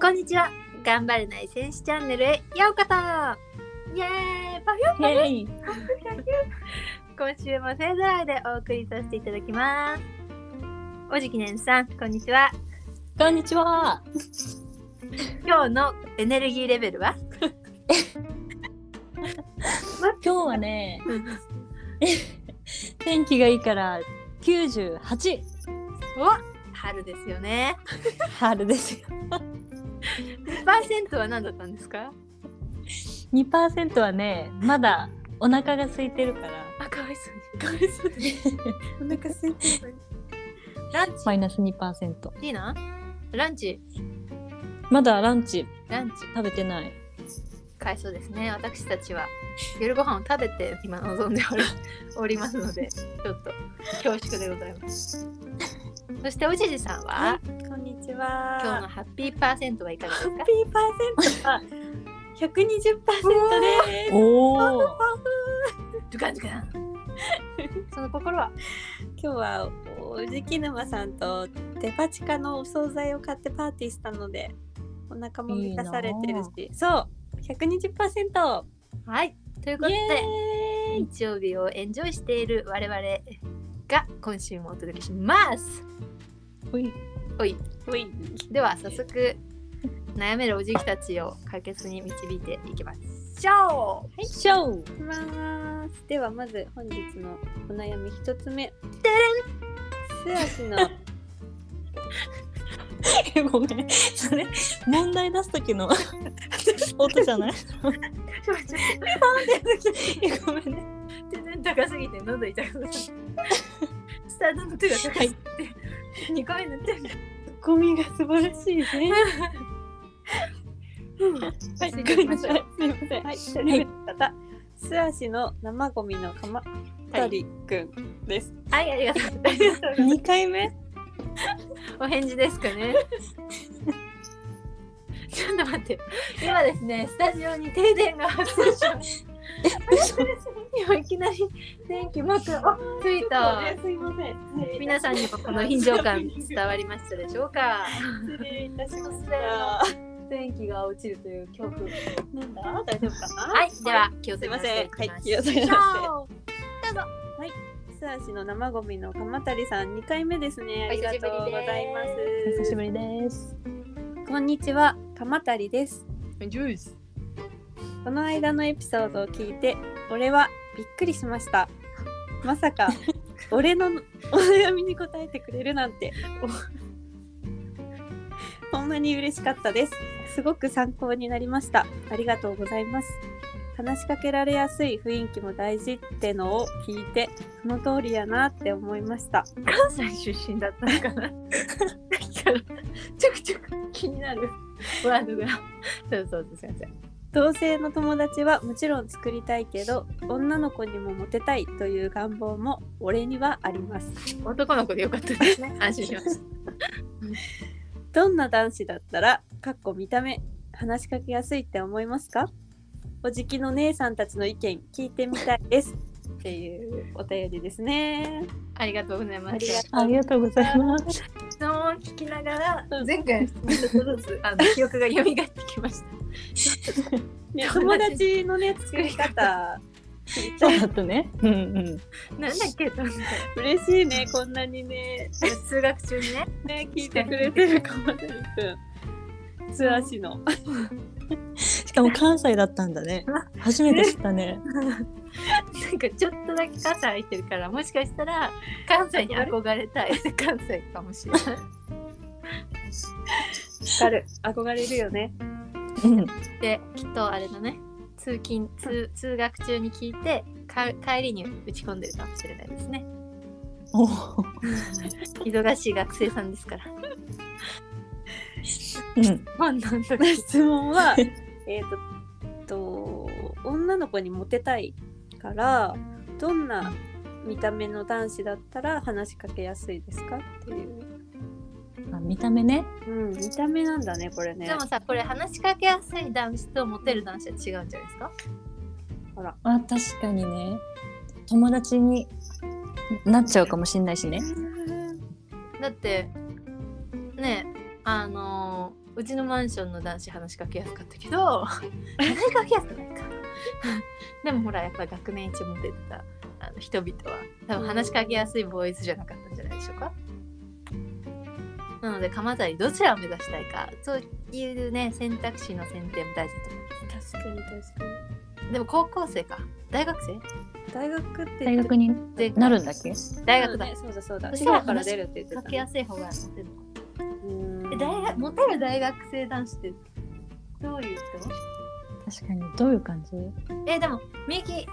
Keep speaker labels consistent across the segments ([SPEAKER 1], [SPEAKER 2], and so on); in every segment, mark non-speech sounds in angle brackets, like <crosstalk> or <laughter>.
[SPEAKER 1] こんにちは頑張れない戦士チャンネルへようこそイエーイパフュンパフュン
[SPEAKER 2] へい
[SPEAKER 1] <laughs> 今週もフェードライでお送りさせていただきますおじきねんさんこんにちは
[SPEAKER 2] こんにちは
[SPEAKER 1] 今日のエネルギーレベルは
[SPEAKER 2] 今日はね天気がいいから98
[SPEAKER 1] お春ですよね
[SPEAKER 2] 春ですよ
[SPEAKER 1] 2%は何だったんですか
[SPEAKER 2] 2%はねまだお腹が空いてるから
[SPEAKER 1] あかわいそうにかわいそうにお腹空いてるランチ
[SPEAKER 2] マイナス2%
[SPEAKER 1] いいなランチ
[SPEAKER 2] まだランチ
[SPEAKER 1] ランチ
[SPEAKER 2] 食べてない
[SPEAKER 1] 買えそうですね私たちは夜ご飯を食べて今望んで <laughs> おりおりますのでちょっと恐縮でございます <laughs> そしておじじさんは
[SPEAKER 3] こんにち
[SPEAKER 1] 今日の
[SPEAKER 3] は。
[SPEAKER 1] ハッピーパーセントはいかがですか
[SPEAKER 3] ピーパ
[SPEAKER 1] <laughs>
[SPEAKER 3] ーセントは百二十パーセントで
[SPEAKER 2] おお
[SPEAKER 1] ドカンドカン <laughs> その心は
[SPEAKER 3] す。今日はおじき沼さんとデパ地下のお惣菜を買ってパーティーしたので、お腹も満たされてるし、そう百二十パーセント。
[SPEAKER 1] はいということ
[SPEAKER 2] イ
[SPEAKER 1] で
[SPEAKER 2] エーイ
[SPEAKER 1] 日曜日をエンジョイしている我々が今週もお届けします
[SPEAKER 2] ほい
[SPEAKER 3] ほい。
[SPEAKER 1] では早速悩めるおじきたちを解決に導いていきましょ <laughs> う
[SPEAKER 2] ショー
[SPEAKER 3] いきます。ではまず本日のお悩み一つ目。素足 <laughs> の
[SPEAKER 2] えごめんそれ問題出す時の音じゃないえごめんね
[SPEAKER 1] 全然高すぎて喉痛くなった。スタートの手が高すぎて、2回目の手が。
[SPEAKER 3] ゴミが素晴らしいね。はい、
[SPEAKER 1] す
[SPEAKER 3] す
[SPEAKER 1] い
[SPEAKER 3] い
[SPEAKER 1] ません
[SPEAKER 3] ません。すみません。はい、一人目の方。素足の生ゴミのかまったりくんです。
[SPEAKER 1] はい、 <laughs> ありがとうございます。
[SPEAKER 2] 2回目
[SPEAKER 1] お返事ですかね。ちょっと待って。今ですね、スタジオに停電が発生しました。今いきなり電気幕をつい
[SPEAKER 3] <laughs>
[SPEAKER 1] た。
[SPEAKER 3] すみません。
[SPEAKER 1] 皆さんにもこの貧
[SPEAKER 3] 常
[SPEAKER 1] 常感伝わりましたでしょう
[SPEAKER 3] <laughs>
[SPEAKER 1] か。
[SPEAKER 3] 失礼いたしまし
[SPEAKER 1] 電気が落ちるという恐怖。
[SPEAKER 3] た。なんだ、大丈夫かな。
[SPEAKER 1] はい、では気をつ
[SPEAKER 3] す
[SPEAKER 1] け
[SPEAKER 3] い
[SPEAKER 1] ま
[SPEAKER 3] ま
[SPEAKER 1] し
[SPEAKER 3] せ
[SPEAKER 1] て
[SPEAKER 3] ん。はい
[SPEAKER 1] きま、
[SPEAKER 3] 気
[SPEAKER 1] しょ
[SPEAKER 3] を
[SPEAKER 1] う。
[SPEAKER 3] つけま
[SPEAKER 1] どうぞ。
[SPEAKER 3] して。素足の生ゴミのかまたりさん、二回目ですね。ありがとうございます。
[SPEAKER 2] 久しぶりです
[SPEAKER 3] こんにちは、かまたりです。 <laughs>
[SPEAKER 1] ジュース。
[SPEAKER 3] この間のエピソードを聞いて俺はびっくりしましたま
[SPEAKER 1] <laughs>
[SPEAKER 3] さか俺のお悩みに答えてくれるなんておほんまに嬉しかったですすごく参考になりましたありがとうございます話しかけられやすい雰囲気も大事ってのを聞いてその通りやなって思いました
[SPEAKER 1] 関西出身だったのかなちょくちょく気になるワードがそうそうそうすいません
[SPEAKER 3] 同性の友達はもちろん作りたいけど女の子にもモテたいという願望も俺にはあります
[SPEAKER 1] 男の子でよかったですね <laughs> 安心しまし
[SPEAKER 3] どんな男子だったら、かっこ見た目、話しかけやすいって思いますかおじきの姉さんたちの意見聞いてみたいです。っていうお便りですね。
[SPEAKER 1] たありがとうございます質
[SPEAKER 2] ありがとうございます
[SPEAKER 1] 問を聞きながら前回の質問ちょっとずつ <laughs> あの記憶が蘇ってきました
[SPEAKER 3] ね友達のね、作り方、聞い
[SPEAKER 2] そう
[SPEAKER 3] て
[SPEAKER 2] だったね。うんうん。
[SPEAKER 1] なんだっけと思って
[SPEAKER 3] 嬉しいね、こんなにね、
[SPEAKER 1] 通学中にね
[SPEAKER 3] ね聞いてくれてるかもしれない。素足の。
[SPEAKER 2] しかも関西だったんだ <laughs> ね。初めて知ったね。
[SPEAKER 1] なんかちょっとだけ関西空いてるからもしかしたら関西に憧れたい <laughs> 関西かもしれない
[SPEAKER 3] わかる。憧れるよね。
[SPEAKER 2] うん。
[SPEAKER 1] できっとあれだね通勤通通学中に聞いてか帰りに打ち込んでるかもしれないですね
[SPEAKER 2] おー
[SPEAKER 1] 忙しい学生さんですから
[SPEAKER 2] うん。
[SPEAKER 1] 本能とか
[SPEAKER 3] 質問
[SPEAKER 1] <laughs>
[SPEAKER 3] は、えっと、女の子にモテたいから、どんな見た目の男子だったら話しかけやすいですかっていう。
[SPEAKER 2] あ見た目ね。
[SPEAKER 3] うん、見た目なんだね、これね
[SPEAKER 1] で。もさこれ話しかけやすい男子とモテる男子は違うんじゃないですか
[SPEAKER 2] あ確かにね。友達になっちゃうかもしれないしね。
[SPEAKER 1] だってねあのーうちのマンションの男子話しかけやすかったけど話しかけやすくないかでもほらやっぱ学年一モテてたあの人々は多分話しかけやすいボーイズじゃなかったんじゃないでしょうか、なので鎌足りどちらを目指したいかそういうね選択肢の選定も大事だと思
[SPEAKER 3] 確かに確かに
[SPEAKER 1] うでも高校生か大学生
[SPEAKER 3] 大学って
[SPEAKER 2] 大学に
[SPEAKER 1] で
[SPEAKER 2] なるんだっけ
[SPEAKER 1] 大学だ、
[SPEAKER 3] ねそうだそうだ
[SPEAKER 1] そし
[SPEAKER 3] 地
[SPEAKER 1] たら
[SPEAKER 3] 方から出るって言ってた
[SPEAKER 1] か
[SPEAKER 3] ね
[SPEAKER 1] けやすい方がモテる
[SPEAKER 3] うん
[SPEAKER 1] え大学モテる大学生男子ってどういう人
[SPEAKER 2] 確かにどういう感じ
[SPEAKER 1] えでもみゆき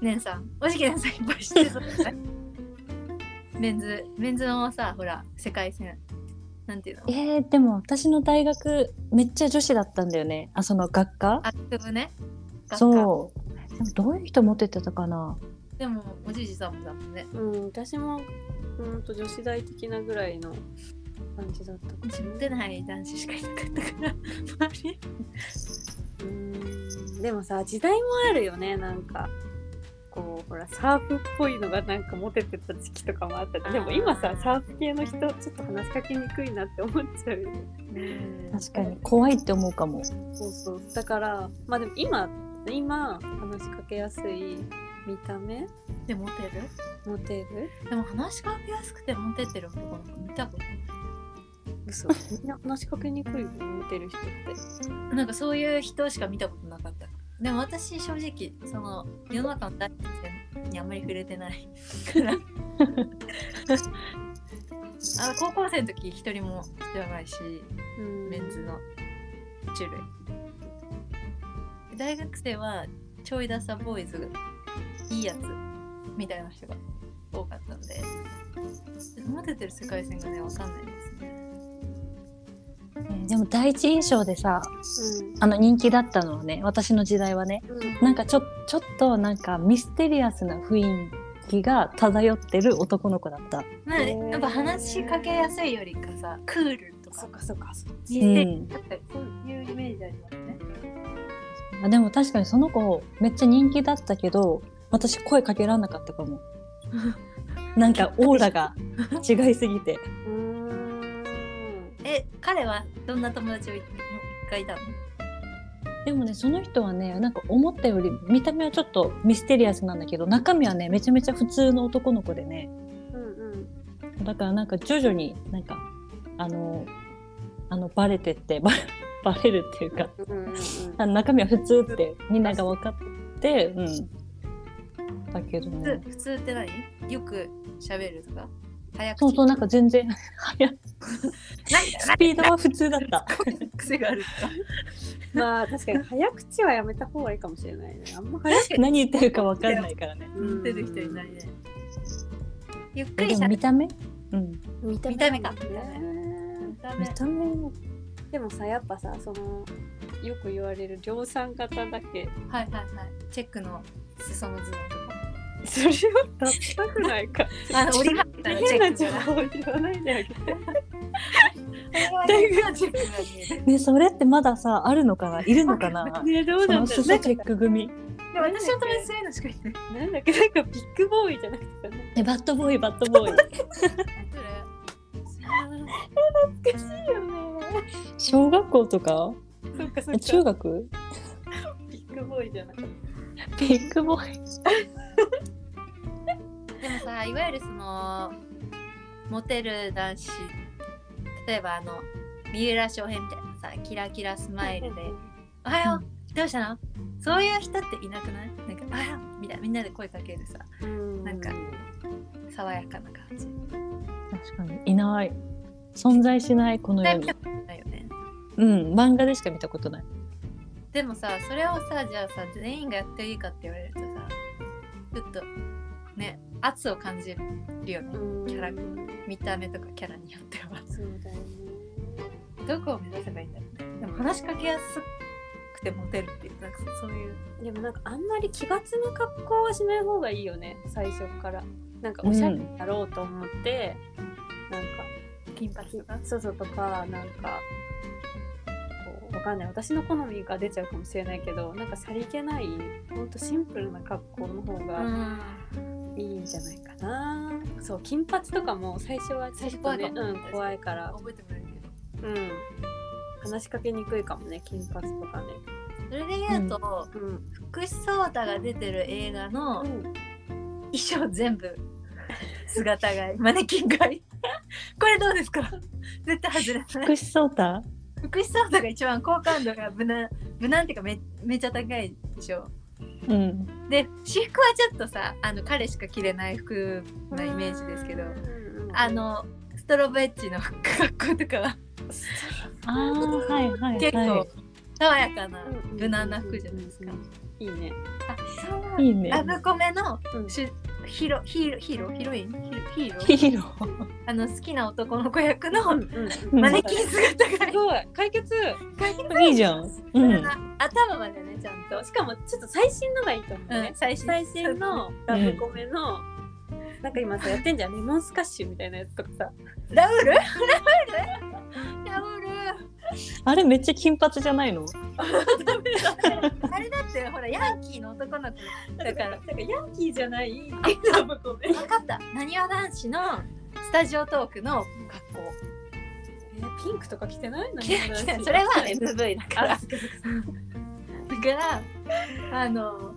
[SPEAKER 1] ねんさんおじきねんさんいっぱい知ってそうじゃないメンズメンズのさほら世界戦なんていうの
[SPEAKER 2] えー、でも私の大学めっちゃ女子だったんだよねあその学科
[SPEAKER 1] アクブね
[SPEAKER 2] そうでもどういう人モテてたかな
[SPEAKER 1] うでもおじいじさんもだもんね
[SPEAKER 3] うん、私もうんと女子大的なぐらいの感じだったかな
[SPEAKER 1] 私モテない男子しかいなかったから <laughs> 周り
[SPEAKER 3] うんでもさ時代もあるよねなんかこうほらサーフっぽいのがなんかモテてた時期とかもあったじゃんでも今さサーフ系の人ちょっと話しかけにくいなって思っちゃうよね
[SPEAKER 2] 確かに怖いって思うかも
[SPEAKER 3] そうそうだからまあでも今今話しかけやすい見た目
[SPEAKER 1] でモテる
[SPEAKER 3] モテる
[SPEAKER 1] でも話しかけやすくてモテてる男の子見たこと
[SPEAKER 3] 嘘みんな話しかけにくいよモテる人って
[SPEAKER 1] なんかそういう人しか見たことなかった。でも私正直その世の中の大学生にあんまり触れてないから。あ高校生の時一人も知らないし
[SPEAKER 3] うん
[SPEAKER 1] メンズの種類大学生はちょいダサボーイズいいやつみたいな人が多かったのでモテてる世界線がねわかんないですね
[SPEAKER 2] えーでも第一印象でさあの人気だったのはね私の時代はね
[SPEAKER 3] うん、
[SPEAKER 2] なんかちょちょっとなんかミステリアスな雰囲気が漂ってる男の子だった、
[SPEAKER 1] まあやっぱ話しかけやすいよりかさクールとか
[SPEAKER 3] そっかそっかそっ
[SPEAKER 2] う
[SPEAKER 1] 人生
[SPEAKER 2] ん、
[SPEAKER 1] だったりそういうイメージありますね。
[SPEAKER 2] あでも確かにその子めっちゃ人気だったけど私声かけられなかったかもなんかオーラが違いすぎて
[SPEAKER 3] うん
[SPEAKER 1] え、彼はどんな友達をいもう一回いたの？
[SPEAKER 2] でもねその人はねなんか思ったより見た目はちょっとミステリアスなんだけど中身はねめちゃめちゃ普通の男の子でね
[SPEAKER 3] うんうん
[SPEAKER 2] だからなんか徐々になんかあのあのバレてって <laughs> バレバレるっていうか
[SPEAKER 3] うんうんうん
[SPEAKER 2] あの中身は普通ってみんなが分かってうんだけど
[SPEAKER 1] 普通
[SPEAKER 2] ね
[SPEAKER 1] 普通って何？よく喋るとか？早く
[SPEAKER 2] そうそうなんか全然速いスピードは普通だった
[SPEAKER 1] 癖があるとか。 <laughs>
[SPEAKER 3] まあ確かに早口はやめた方がいいかもしれないね。あんま早口
[SPEAKER 2] 何言ってるか分かんないからね
[SPEAKER 1] 出てる人いないね。ゆっく
[SPEAKER 2] え
[SPEAKER 1] り
[SPEAKER 2] で
[SPEAKER 1] し
[SPEAKER 2] も
[SPEAKER 1] ゃ
[SPEAKER 2] 見た目うん
[SPEAKER 3] 見た
[SPEAKER 1] 見た目か
[SPEAKER 3] ね
[SPEAKER 2] 見た目も
[SPEAKER 3] でもさやっぱさそのよく言われる量産型だ
[SPEAKER 1] はいは
[SPEAKER 3] け
[SPEAKER 1] いはい。チェックの裾の図のとこ。
[SPEAKER 3] それは出したくない
[SPEAKER 1] <laughs>
[SPEAKER 3] か。
[SPEAKER 1] あの折り紙みたいなチェ
[SPEAKER 3] 変な
[SPEAKER 1] ックが。
[SPEAKER 3] 情報言わないであげて。
[SPEAKER 1] <laughs> 大学のチェックが見える。
[SPEAKER 2] ねそれってまださあるのかないるのか
[SPEAKER 3] <laughs>
[SPEAKER 2] な
[SPEAKER 3] ねどう
[SPEAKER 2] そ
[SPEAKER 3] なん
[SPEAKER 2] の
[SPEAKER 3] だ
[SPEAKER 2] 裾
[SPEAKER 3] ろう。なん
[SPEAKER 2] チェック組
[SPEAKER 1] でも私の友達そういうのしかいない。
[SPEAKER 3] かなんだっけなんかビッグボーイじゃなくてさなんか
[SPEAKER 2] えバッドボーイバッドボーイ
[SPEAKER 1] それそれ
[SPEAKER 3] いいよね。
[SPEAKER 2] 小学校とか
[SPEAKER 3] そっかそ
[SPEAKER 2] え
[SPEAKER 3] っ
[SPEAKER 2] 中
[SPEAKER 3] か。
[SPEAKER 2] 学
[SPEAKER 3] ビッグボーイじゃなくて。
[SPEAKER 2] ビッグボーイ
[SPEAKER 1] でもさいわゆるそのモテる男子例えばあの三浦翔平みたいなさキラキラスマイルで「おはようどうしたの?」そういう人っていなくないなんか「おはよう」みたいなみんなで声かけるさ
[SPEAKER 3] うん
[SPEAKER 1] なんか爽やかな感じ
[SPEAKER 2] 確かにいない存在しないこの世
[SPEAKER 1] 絶対見た
[SPEAKER 2] に
[SPEAKER 1] ことないよね
[SPEAKER 2] うん漫画でしか見たことない
[SPEAKER 1] でもさそれをさじゃあさ全員がやっていいかって言われるとさちょっとね圧を感じるよね
[SPEAKER 3] うん
[SPEAKER 1] キャラ見た目とかキャラによっては
[SPEAKER 3] そうだよね。
[SPEAKER 1] どこを目指せばいいんだろうねでも話しかけやすくてモテるっていうなんかそういう
[SPEAKER 3] でもなんかあんまり奇抜な格好はしない方がいいよね最初からなんかおしゃれになろうと思って、なんか
[SPEAKER 1] 金髪とか
[SPEAKER 3] そうそうとかなんかこうわかんない私の好みが出ちゃうかもしれないけどなんかさりげないほんとシンプルな格好の方がいいんじゃないかな、そう金髪とかも最初はちょ
[SPEAKER 1] 最
[SPEAKER 3] っとね
[SPEAKER 1] 初怖いかも
[SPEAKER 3] うん、怖いから
[SPEAKER 1] 覚えてもらえるけど
[SPEAKER 3] うん話しかけにくいかもね金髪とかね
[SPEAKER 1] それで言うと、
[SPEAKER 3] うん、
[SPEAKER 1] 福士蒼汰が出てる映画の衣装全 <laughs> 部姿がいマネキンがいこれどうですか絶対外れない
[SPEAKER 2] 福士蒼汰
[SPEAKER 1] 福士蒼汰が一番好感度が無難無難っていうかめめちゃ高いでしょ
[SPEAKER 2] うん
[SPEAKER 1] で私服はちょっとさあの彼しか着れない服なイメージですけど
[SPEAKER 3] うんうん
[SPEAKER 1] あのストロベッチの格好とかは
[SPEAKER 2] あーはいはいはい
[SPEAKER 1] 結構爽やかな
[SPEAKER 3] うんうんうん
[SPEAKER 1] 無難な服じゃないですか
[SPEAKER 3] うんうんいいね
[SPEAKER 1] あそうなんだ
[SPEAKER 2] いいね
[SPEAKER 1] ラブコメの
[SPEAKER 3] うん
[SPEAKER 1] 主ヒロヒーロヒーロヒロインヒーロヒーロ
[SPEAKER 2] ヒーロー
[SPEAKER 1] あの好きな男の子役の
[SPEAKER 2] うん
[SPEAKER 1] マネキン姿がいい
[SPEAKER 3] すごい解決
[SPEAKER 2] いいじゃんうん
[SPEAKER 1] 頭までねちゃんと、
[SPEAKER 3] しかもちょっと最新のがいいと思う
[SPEAKER 1] う
[SPEAKER 3] ね
[SPEAKER 1] ん、、最新
[SPEAKER 3] 最新のラブコメの、なんか今さやってんじゃんレモンスカッシュみたいなやつとかさ
[SPEAKER 1] ラウルラウルラウル
[SPEAKER 2] あれめっちゃ金髪じゃないの
[SPEAKER 1] あれだってほらヤンキーの男の子だから
[SPEAKER 3] なんかヤンキーじゃないラブコメ
[SPEAKER 1] 分かったなにわ男子のスタジオトークの格好
[SPEAKER 3] えーピンクとか着てないの
[SPEAKER 1] いやいやそれは MV だから
[SPEAKER 3] あ
[SPEAKER 1] だからあの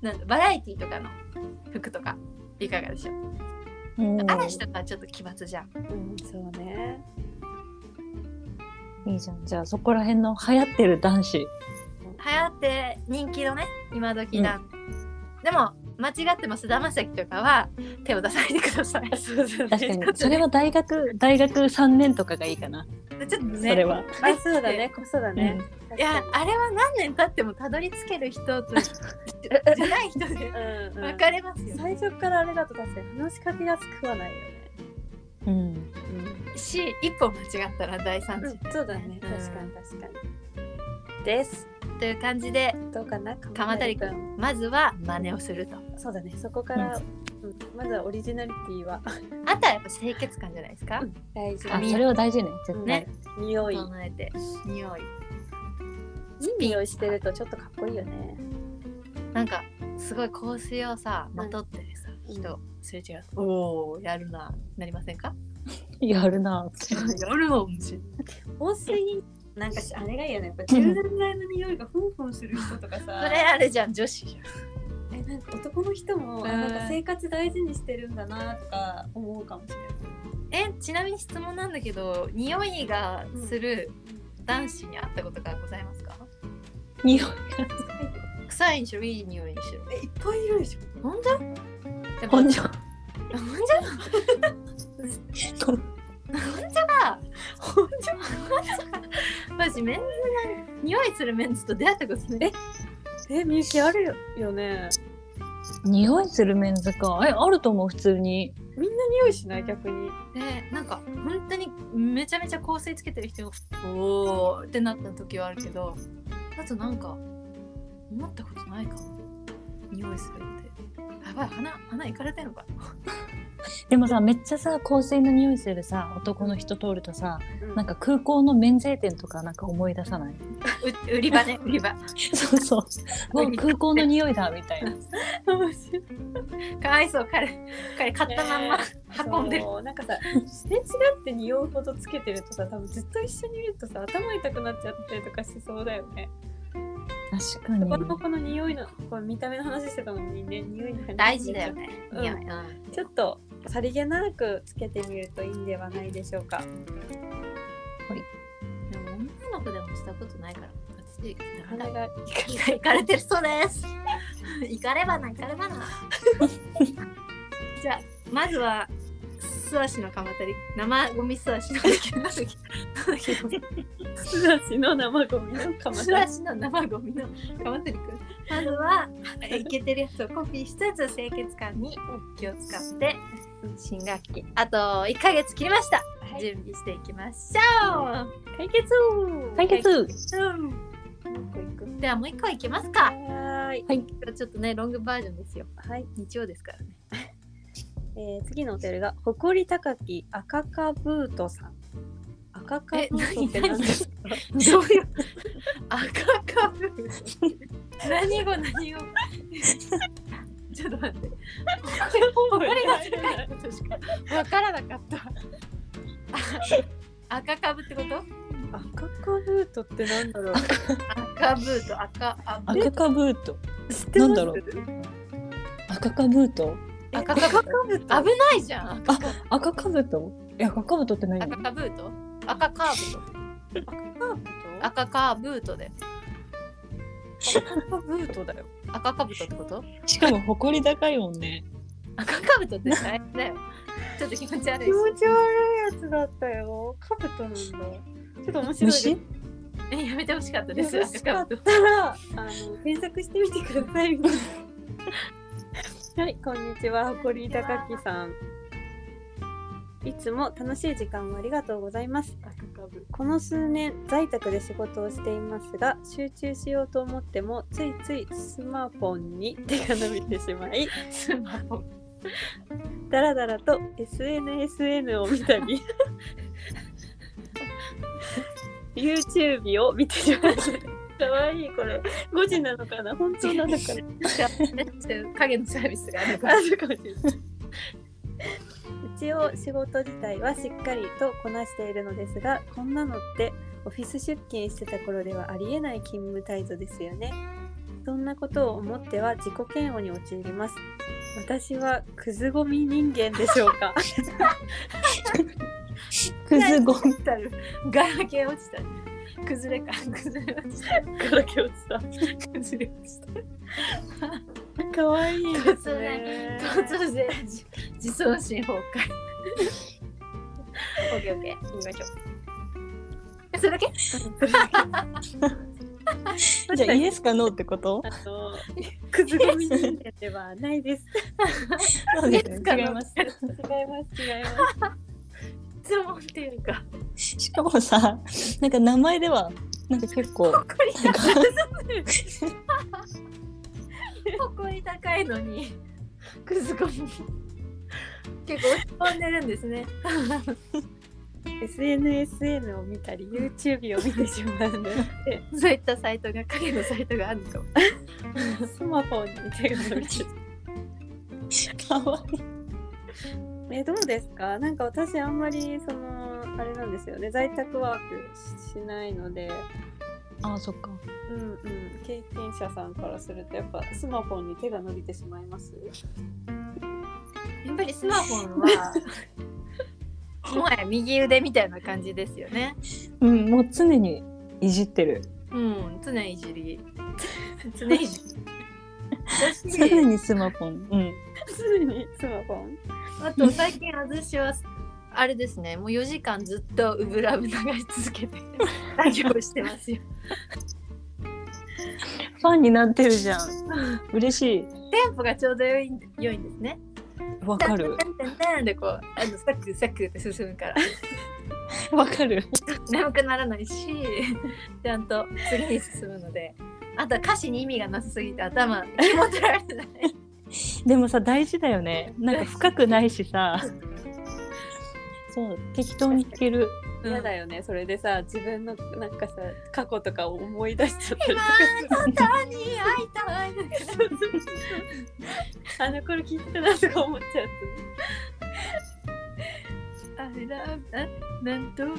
[SPEAKER 1] なんだバラエティとかの服とかいかがでしょう
[SPEAKER 2] うん
[SPEAKER 1] 嵐とかはちょっと奇抜じゃん
[SPEAKER 3] うんそうね
[SPEAKER 2] いいじゃんじゃあそこら辺の流行ってる男子
[SPEAKER 1] 流行って人気のね今時だ、でも間違っても菅田将暉とかは手を出さないでください
[SPEAKER 2] 確か <laughs> にそれは大学大学3年とかがいいかな、
[SPEAKER 1] ちょっとね
[SPEAKER 2] それは、
[SPEAKER 3] あそうだねこそうだね、
[SPEAKER 1] いやあれは何年経ってもたどり着ける人とじゃじゃない人で
[SPEAKER 3] うん、うん、
[SPEAKER 1] 分かれますよね
[SPEAKER 3] 最初からあれだと確かに話しかけやすくはないよね
[SPEAKER 2] うん、
[SPEAKER 1] し一歩間違ったら大惨事、
[SPEAKER 3] そうだね
[SPEAKER 1] うん
[SPEAKER 3] 確かに確かにです
[SPEAKER 1] という感じで
[SPEAKER 3] どうかな
[SPEAKER 1] 鎌足くんまずは真似をすると
[SPEAKER 3] そうだねそこから、うんまずはオリジナリティは
[SPEAKER 1] あとはやっぱ清潔感じゃないですか
[SPEAKER 3] 大事だ
[SPEAKER 2] あ
[SPEAKER 1] 髪
[SPEAKER 2] それは大事ね絶対、
[SPEAKER 3] ね匂いい
[SPEAKER 1] 整えて匂い
[SPEAKER 3] い匂いしてるとちょっとかっこいいよね
[SPEAKER 1] なんかすごい香水をさまとってさ、
[SPEAKER 3] うん
[SPEAKER 1] 人すれ違うとおおやるななりません
[SPEAKER 3] <laughs>
[SPEAKER 1] か
[SPEAKER 2] やるな
[SPEAKER 1] やるのむし
[SPEAKER 3] 香水なんかしあれがいいよねやっぱ柔軟剤の匂いがふんふんする人と <laughs> か
[SPEAKER 1] そ
[SPEAKER 3] さ
[SPEAKER 1] れあれじゃん女子じ
[SPEAKER 3] えなんか男の人も、あ
[SPEAKER 1] うん
[SPEAKER 3] なんか生活大事にしてるんだなとか思うかもしれない
[SPEAKER 1] ゃんえちなみに質問なんだけど匂いがする男子に会ったことがございますか、
[SPEAKER 2] 匂いが
[SPEAKER 1] 臭いにしろいい匂いにしろ
[SPEAKER 3] えいっぱいいるでしょ
[SPEAKER 1] ほんじゃでも
[SPEAKER 2] ほ
[SPEAKER 1] <laughs>
[SPEAKER 2] んじゃ
[SPEAKER 1] ほんじゃほんじゃ私メンズが匂いするメンズと出会ったことない
[SPEAKER 3] えみゆきあるよね
[SPEAKER 2] 匂いするメンズかえあると思う普通に
[SPEAKER 3] みんな匂いしない逆に
[SPEAKER 1] でなんか本当にめちゃめちゃ香水つけてる人がおーってなった時はあるけどあとなんか思ったことないかも匂いするってやばい鼻鼻いかれてんのか
[SPEAKER 2] でもさめっちゃさ香水の匂いするさ男の人通るとさ
[SPEAKER 3] な
[SPEAKER 2] なんん
[SPEAKER 3] か
[SPEAKER 2] か空港の免税店とかなんか思い出さないう
[SPEAKER 1] 売り場 <laughs> ね売り場
[SPEAKER 2] <laughs> そうそうもう空港の匂いだみたいな
[SPEAKER 3] 面白い
[SPEAKER 1] かわいそう彼彼買ったまんま運んでる
[SPEAKER 3] そうなんかさすれ違って匂うほどつけてるとさ多分ずっと一緒にいるとさ頭痛くなっちゃってとかしそうだよね
[SPEAKER 2] 確か
[SPEAKER 3] この
[SPEAKER 2] に
[SPEAKER 3] 子の匂いのこれ見た目の話してたのにね匂いの話
[SPEAKER 1] 大事だよね
[SPEAKER 3] うん
[SPEAKER 1] 匂い、うん
[SPEAKER 3] ちょっとさりげなくつけてみるといいんではないでしょうか
[SPEAKER 1] でも女の子でもしたことないから私なん
[SPEAKER 3] 鼻
[SPEAKER 1] だ
[SPEAKER 3] が
[SPEAKER 1] <laughs> 行かれてるそうです。 <laughs> 行かればな行かればな。じゃあまずは素足の鎌足り生ゴミ素足の
[SPEAKER 3] 素足の生ゴミのかま
[SPEAKER 1] <laughs> 素足の生ゴミの鎌足りくん。まずはイケてるやつをコピーしつつ清潔感に気を使って新学期あと1ヶ月切りました。準備していきましょう。
[SPEAKER 3] 解決
[SPEAKER 2] 対決
[SPEAKER 1] うんではもう一個いきますか。
[SPEAKER 3] はーい
[SPEAKER 1] ちょっとねロングバージョンですよ。
[SPEAKER 3] はい、
[SPEAKER 1] 日曜ですからね。
[SPEAKER 3] えー、次のお便りが誇り高き赤かブートさん赤かブートって何ですか
[SPEAKER 1] どういう赤かぶ何語何語ちょっと待って
[SPEAKER 3] <laughs>
[SPEAKER 1] わからなかったあ赤かぶってこと
[SPEAKER 3] 赤カブートってなんだろう
[SPEAKER 1] 赤ブート、赤、あブ
[SPEAKER 2] 赤かブート
[SPEAKER 3] 知ってま
[SPEAKER 2] な
[SPEAKER 3] す
[SPEAKER 2] んだろう赤かブート
[SPEAKER 3] え
[SPEAKER 1] 赤
[SPEAKER 3] 赤
[SPEAKER 1] カ
[SPEAKER 3] カ
[SPEAKER 1] ブ
[SPEAKER 3] ブ
[SPEAKER 1] 危
[SPEAKER 3] ート
[SPEAKER 1] ないじゃん。赤か
[SPEAKER 2] 赤かぶとえ赤かぶとって何
[SPEAKER 1] 赤かブート赤カーブート。
[SPEAKER 3] 赤
[SPEAKER 1] 赤カーブートで。
[SPEAKER 3] カブートだよ
[SPEAKER 1] 赤かぶとってこと
[SPEAKER 2] しかも誇り高いもん <laughs> ね
[SPEAKER 1] 赤かぶとって大変だよ。ちょっと気持ち悪い
[SPEAKER 3] 気
[SPEAKER 1] し。
[SPEAKER 3] 持ち悪いやつだったよカブトなんだちょっと面白いです
[SPEAKER 2] 虫
[SPEAKER 1] えやめてほしかったで
[SPEAKER 3] よ
[SPEAKER 1] す。
[SPEAKER 3] ろしか
[SPEAKER 1] 赤か
[SPEAKER 3] っ
[SPEAKER 1] ぶと。
[SPEAKER 3] たら、あの検索してみてください。 <laughs> はい、こんにちは、ほこり高木さん。いつも楽しい時間をありがとうございます。この数年、在宅で仕事をしていますが、集中しようと思っても、ついついスマホに手が伸びてしまい、
[SPEAKER 1] スマホ。
[SPEAKER 3] だらだらと SNSN を見たり YouTube を見て <laughs> しまったかわいいこれ5時なのかな本当なのかな
[SPEAKER 1] 影のサービスがあるから
[SPEAKER 3] あ。るかもしれない一応仕事自体はしっかりとこなしているのですがこんなのってオフィス出勤してた頃ではありえない勤務態度ですよねそんなことを思っては自己嫌悪に陥ります私はクズゴミ人間でしょうか <laughs>
[SPEAKER 2] クズゴミ
[SPEAKER 1] たる。ガラケー落ちたる。崩れか。崩れ落ちた。
[SPEAKER 3] ガラケー落ちた。
[SPEAKER 1] 崩れ落ちた。
[SPEAKER 3] 可愛いですね。
[SPEAKER 1] 突然、自自尊心崩壊。オッケーオッケー。行きましょう。えそれだけ
[SPEAKER 2] じゃあイエスかノーってこと
[SPEAKER 3] あの <laughs> クズゴミ人間ではないです。 <laughs>
[SPEAKER 2] そうですね違います
[SPEAKER 1] す。
[SPEAKER 3] 違います <laughs> 違いま
[SPEAKER 1] 質問っていうか。
[SPEAKER 2] しかもさなんか名前ではなんか結 <laughs> 構
[SPEAKER 1] 誇り
[SPEAKER 2] なん
[SPEAKER 1] 高
[SPEAKER 2] か
[SPEAKER 1] い。誇り高いのに。くずこみ。結構落ち込んでるんですね。
[SPEAKER 3] す。SNSN を見たり YouTube を見てしまうの <laughs> で、
[SPEAKER 1] そういったサイトが、影のサイトがあるのかも。
[SPEAKER 3] スマホに手が伸びてる。
[SPEAKER 2] かわいい
[SPEAKER 3] <laughs> えどうですか？なんか私あんまりそのあれなんですよね。在宅ワークしないので。
[SPEAKER 2] あそっか
[SPEAKER 3] うんうん、経験者さんからするとやっぱスマホに手が伸びてしまいます <laughs>
[SPEAKER 1] やっぱりスマホ <laughs> は。もはや右腕みたいな感じですよね。
[SPEAKER 2] うんもう常にいじってる
[SPEAKER 1] うん、常いじり。 <laughs> 常いじり。
[SPEAKER 2] 常
[SPEAKER 1] 私、
[SPEAKER 2] にスマホンうん
[SPEAKER 3] 常にスマホ
[SPEAKER 1] あと最近私は、あれですね、もう4時間ずっとウブラブ流し続けて、 <laughs> 作業してます <laughs> よ。
[SPEAKER 2] ファンになってるじゃん嬉し
[SPEAKER 1] テンポがちょうど良いん良いんですね。
[SPEAKER 2] いわかる
[SPEAKER 3] <laughs>
[SPEAKER 1] タンタンタンタンでこう、あの、サクサクって進むから、 <laughs>
[SPEAKER 2] わかる
[SPEAKER 1] 眠くならないし、ちゃんと次に進むので、あとは歌詞に意味がなさすぎて頭、気持ちられてない。
[SPEAKER 2] でもさ大事だよねなんか深くないしさそう適当に弾ける
[SPEAKER 1] うん
[SPEAKER 3] 嫌だよねそれでさ自分のなんかさ過去とかを思い出しちゃったりとか
[SPEAKER 1] 今、あなたに会いたい。
[SPEAKER 3] するあの頃聞いてたなとか思っちゃう
[SPEAKER 1] あれだ、あなんとか。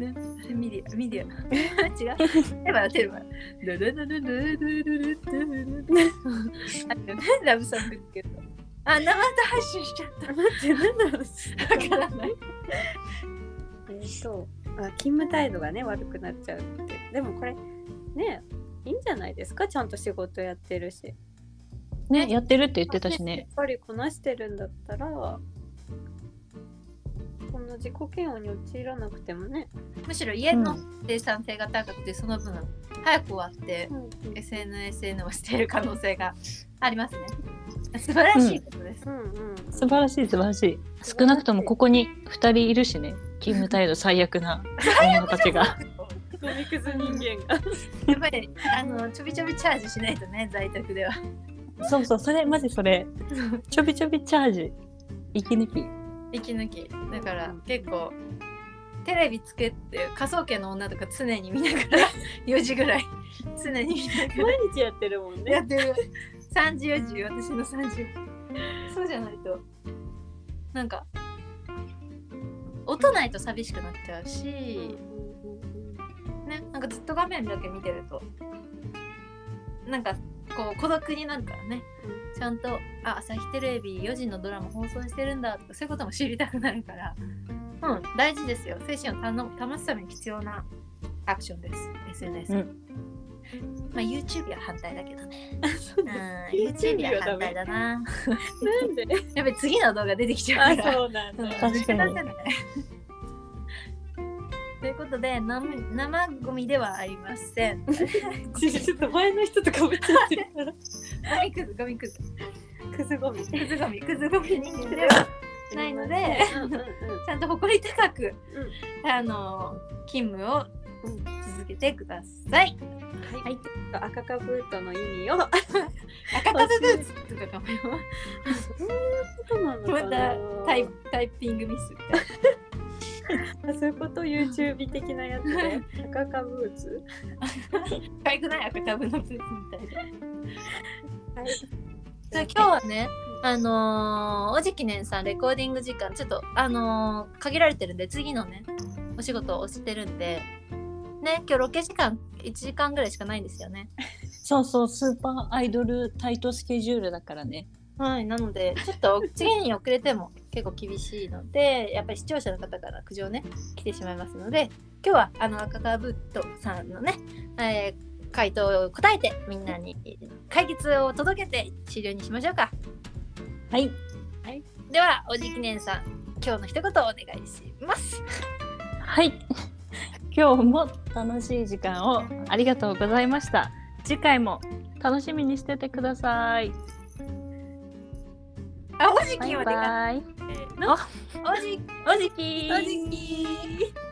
[SPEAKER 1] なあれミディア、ミディア。違う。テルマ、テルマ。ルルルルルルルルルルあれねラブソングっていうのあ、生配信しちゃっ
[SPEAKER 3] と待って何の話
[SPEAKER 1] た。わからない。
[SPEAKER 3] えーとあ勤務態度がね悪くなっちゃうってでもこれねいいんじゃないですかちゃんと仕事やってるし
[SPEAKER 2] ねやってるって言ってたし
[SPEAKER 3] やっ
[SPEAKER 2] ね
[SPEAKER 3] ぱりこなしてるんだったらこんな自己嫌悪に陥らなくてもね、
[SPEAKER 1] むしろ家の生産性が高くて、その分、早く終わって、SNSN をしている可能性がありますね。素晴らしいことです。
[SPEAKER 3] うんうん <laughs>
[SPEAKER 2] 素晴らしい素晴らしい少なくともここに2人いるしね勤務態度最悪な女たちが
[SPEAKER 3] ゴミくず人間が
[SPEAKER 1] やっぱり、あの、ちょびちょびチャージしないとね、在宅では。
[SPEAKER 2] そうそうそれマジそれちょびちょびチャージ息抜き
[SPEAKER 1] 息抜きだから
[SPEAKER 3] うん
[SPEAKER 1] 結構テレビつけて科捜研の女とか常に見ながら <laughs> 4時ぐらい常に見なが
[SPEAKER 3] 毎日やってるもん
[SPEAKER 1] らや
[SPEAKER 3] ね
[SPEAKER 1] ってる3時4時私の3時そうじゃないとなんか音ないと寂しくなっちゃうしねなんかずっと画面だけ見てるとなんかこう孤独になるからねちゃんとあ朝日テレビ4時のドラマ放送してるんだとかそういうことも知りたくなるからうん大事ですよ精神をたの保つために必要なアクションです SNS、
[SPEAKER 2] う
[SPEAKER 1] まあ YouTube は反対だけどねうん
[SPEAKER 3] YouTube
[SPEAKER 1] YouTube は
[SPEAKER 3] はダ
[SPEAKER 1] 反
[SPEAKER 3] メ
[SPEAKER 1] 対だな
[SPEAKER 3] なんで
[SPEAKER 1] やっぱり次の動画出てきちゃ
[SPEAKER 3] あ
[SPEAKER 1] うから
[SPEAKER 3] そうなんだ
[SPEAKER 1] うん
[SPEAKER 2] 確かに
[SPEAKER 1] 抜け出せないということで生生ゴミではありません。
[SPEAKER 3] ちょっと前の人とかぶっちゃってるから
[SPEAKER 1] ゴミくずゴミくず
[SPEAKER 3] クズゴミ
[SPEAKER 1] くずゴミくずゴミ人間ではないので
[SPEAKER 3] うんうんうん
[SPEAKER 1] ちゃんと誇り高く、あの勤務を
[SPEAKER 3] うん
[SPEAKER 1] 続けてください。
[SPEAKER 3] はい、赤かぶートの意味を
[SPEAKER 1] 赤かぶブーツとかかもよ。
[SPEAKER 3] そうなの
[SPEAKER 1] ま
[SPEAKER 3] かな
[SPEAKER 1] たタイタイピングミスみたい
[SPEAKER 3] あそういうこと YouTube 的なやつで赤かブーツ
[SPEAKER 1] な。かゆくない赤かぶのブーツみたいな。
[SPEAKER 3] はい
[SPEAKER 1] じゃあ今日はね、あのーおじきねんさんレコーディング時間ちょっとあのー限られてるんで次のねお仕事をしてるんでね今日ロケ時間1時間ぐらいしかないんですよね
[SPEAKER 2] そうそうスーパーアイドルタイトスケジュールだからね
[SPEAKER 1] はいなのでちょっ <laughs> と次に遅れても結構厳しいのでやっぱり視聴者の方から苦情ね来てしまいますので今日はあの赤川ブットさんのね、えー回答を答えてみんなに解決を届けて終了にしましょうか
[SPEAKER 2] はい
[SPEAKER 1] ではおじきねんさん今日の一言お願いします
[SPEAKER 2] はい <laughs> 今日も楽しい時間をありがとうございました次回も楽しみにしててください
[SPEAKER 1] あおじ
[SPEAKER 2] バ
[SPEAKER 1] き
[SPEAKER 2] イ
[SPEAKER 1] までが
[SPEAKER 2] バイ
[SPEAKER 1] おじ
[SPEAKER 2] おじき
[SPEAKER 1] おじき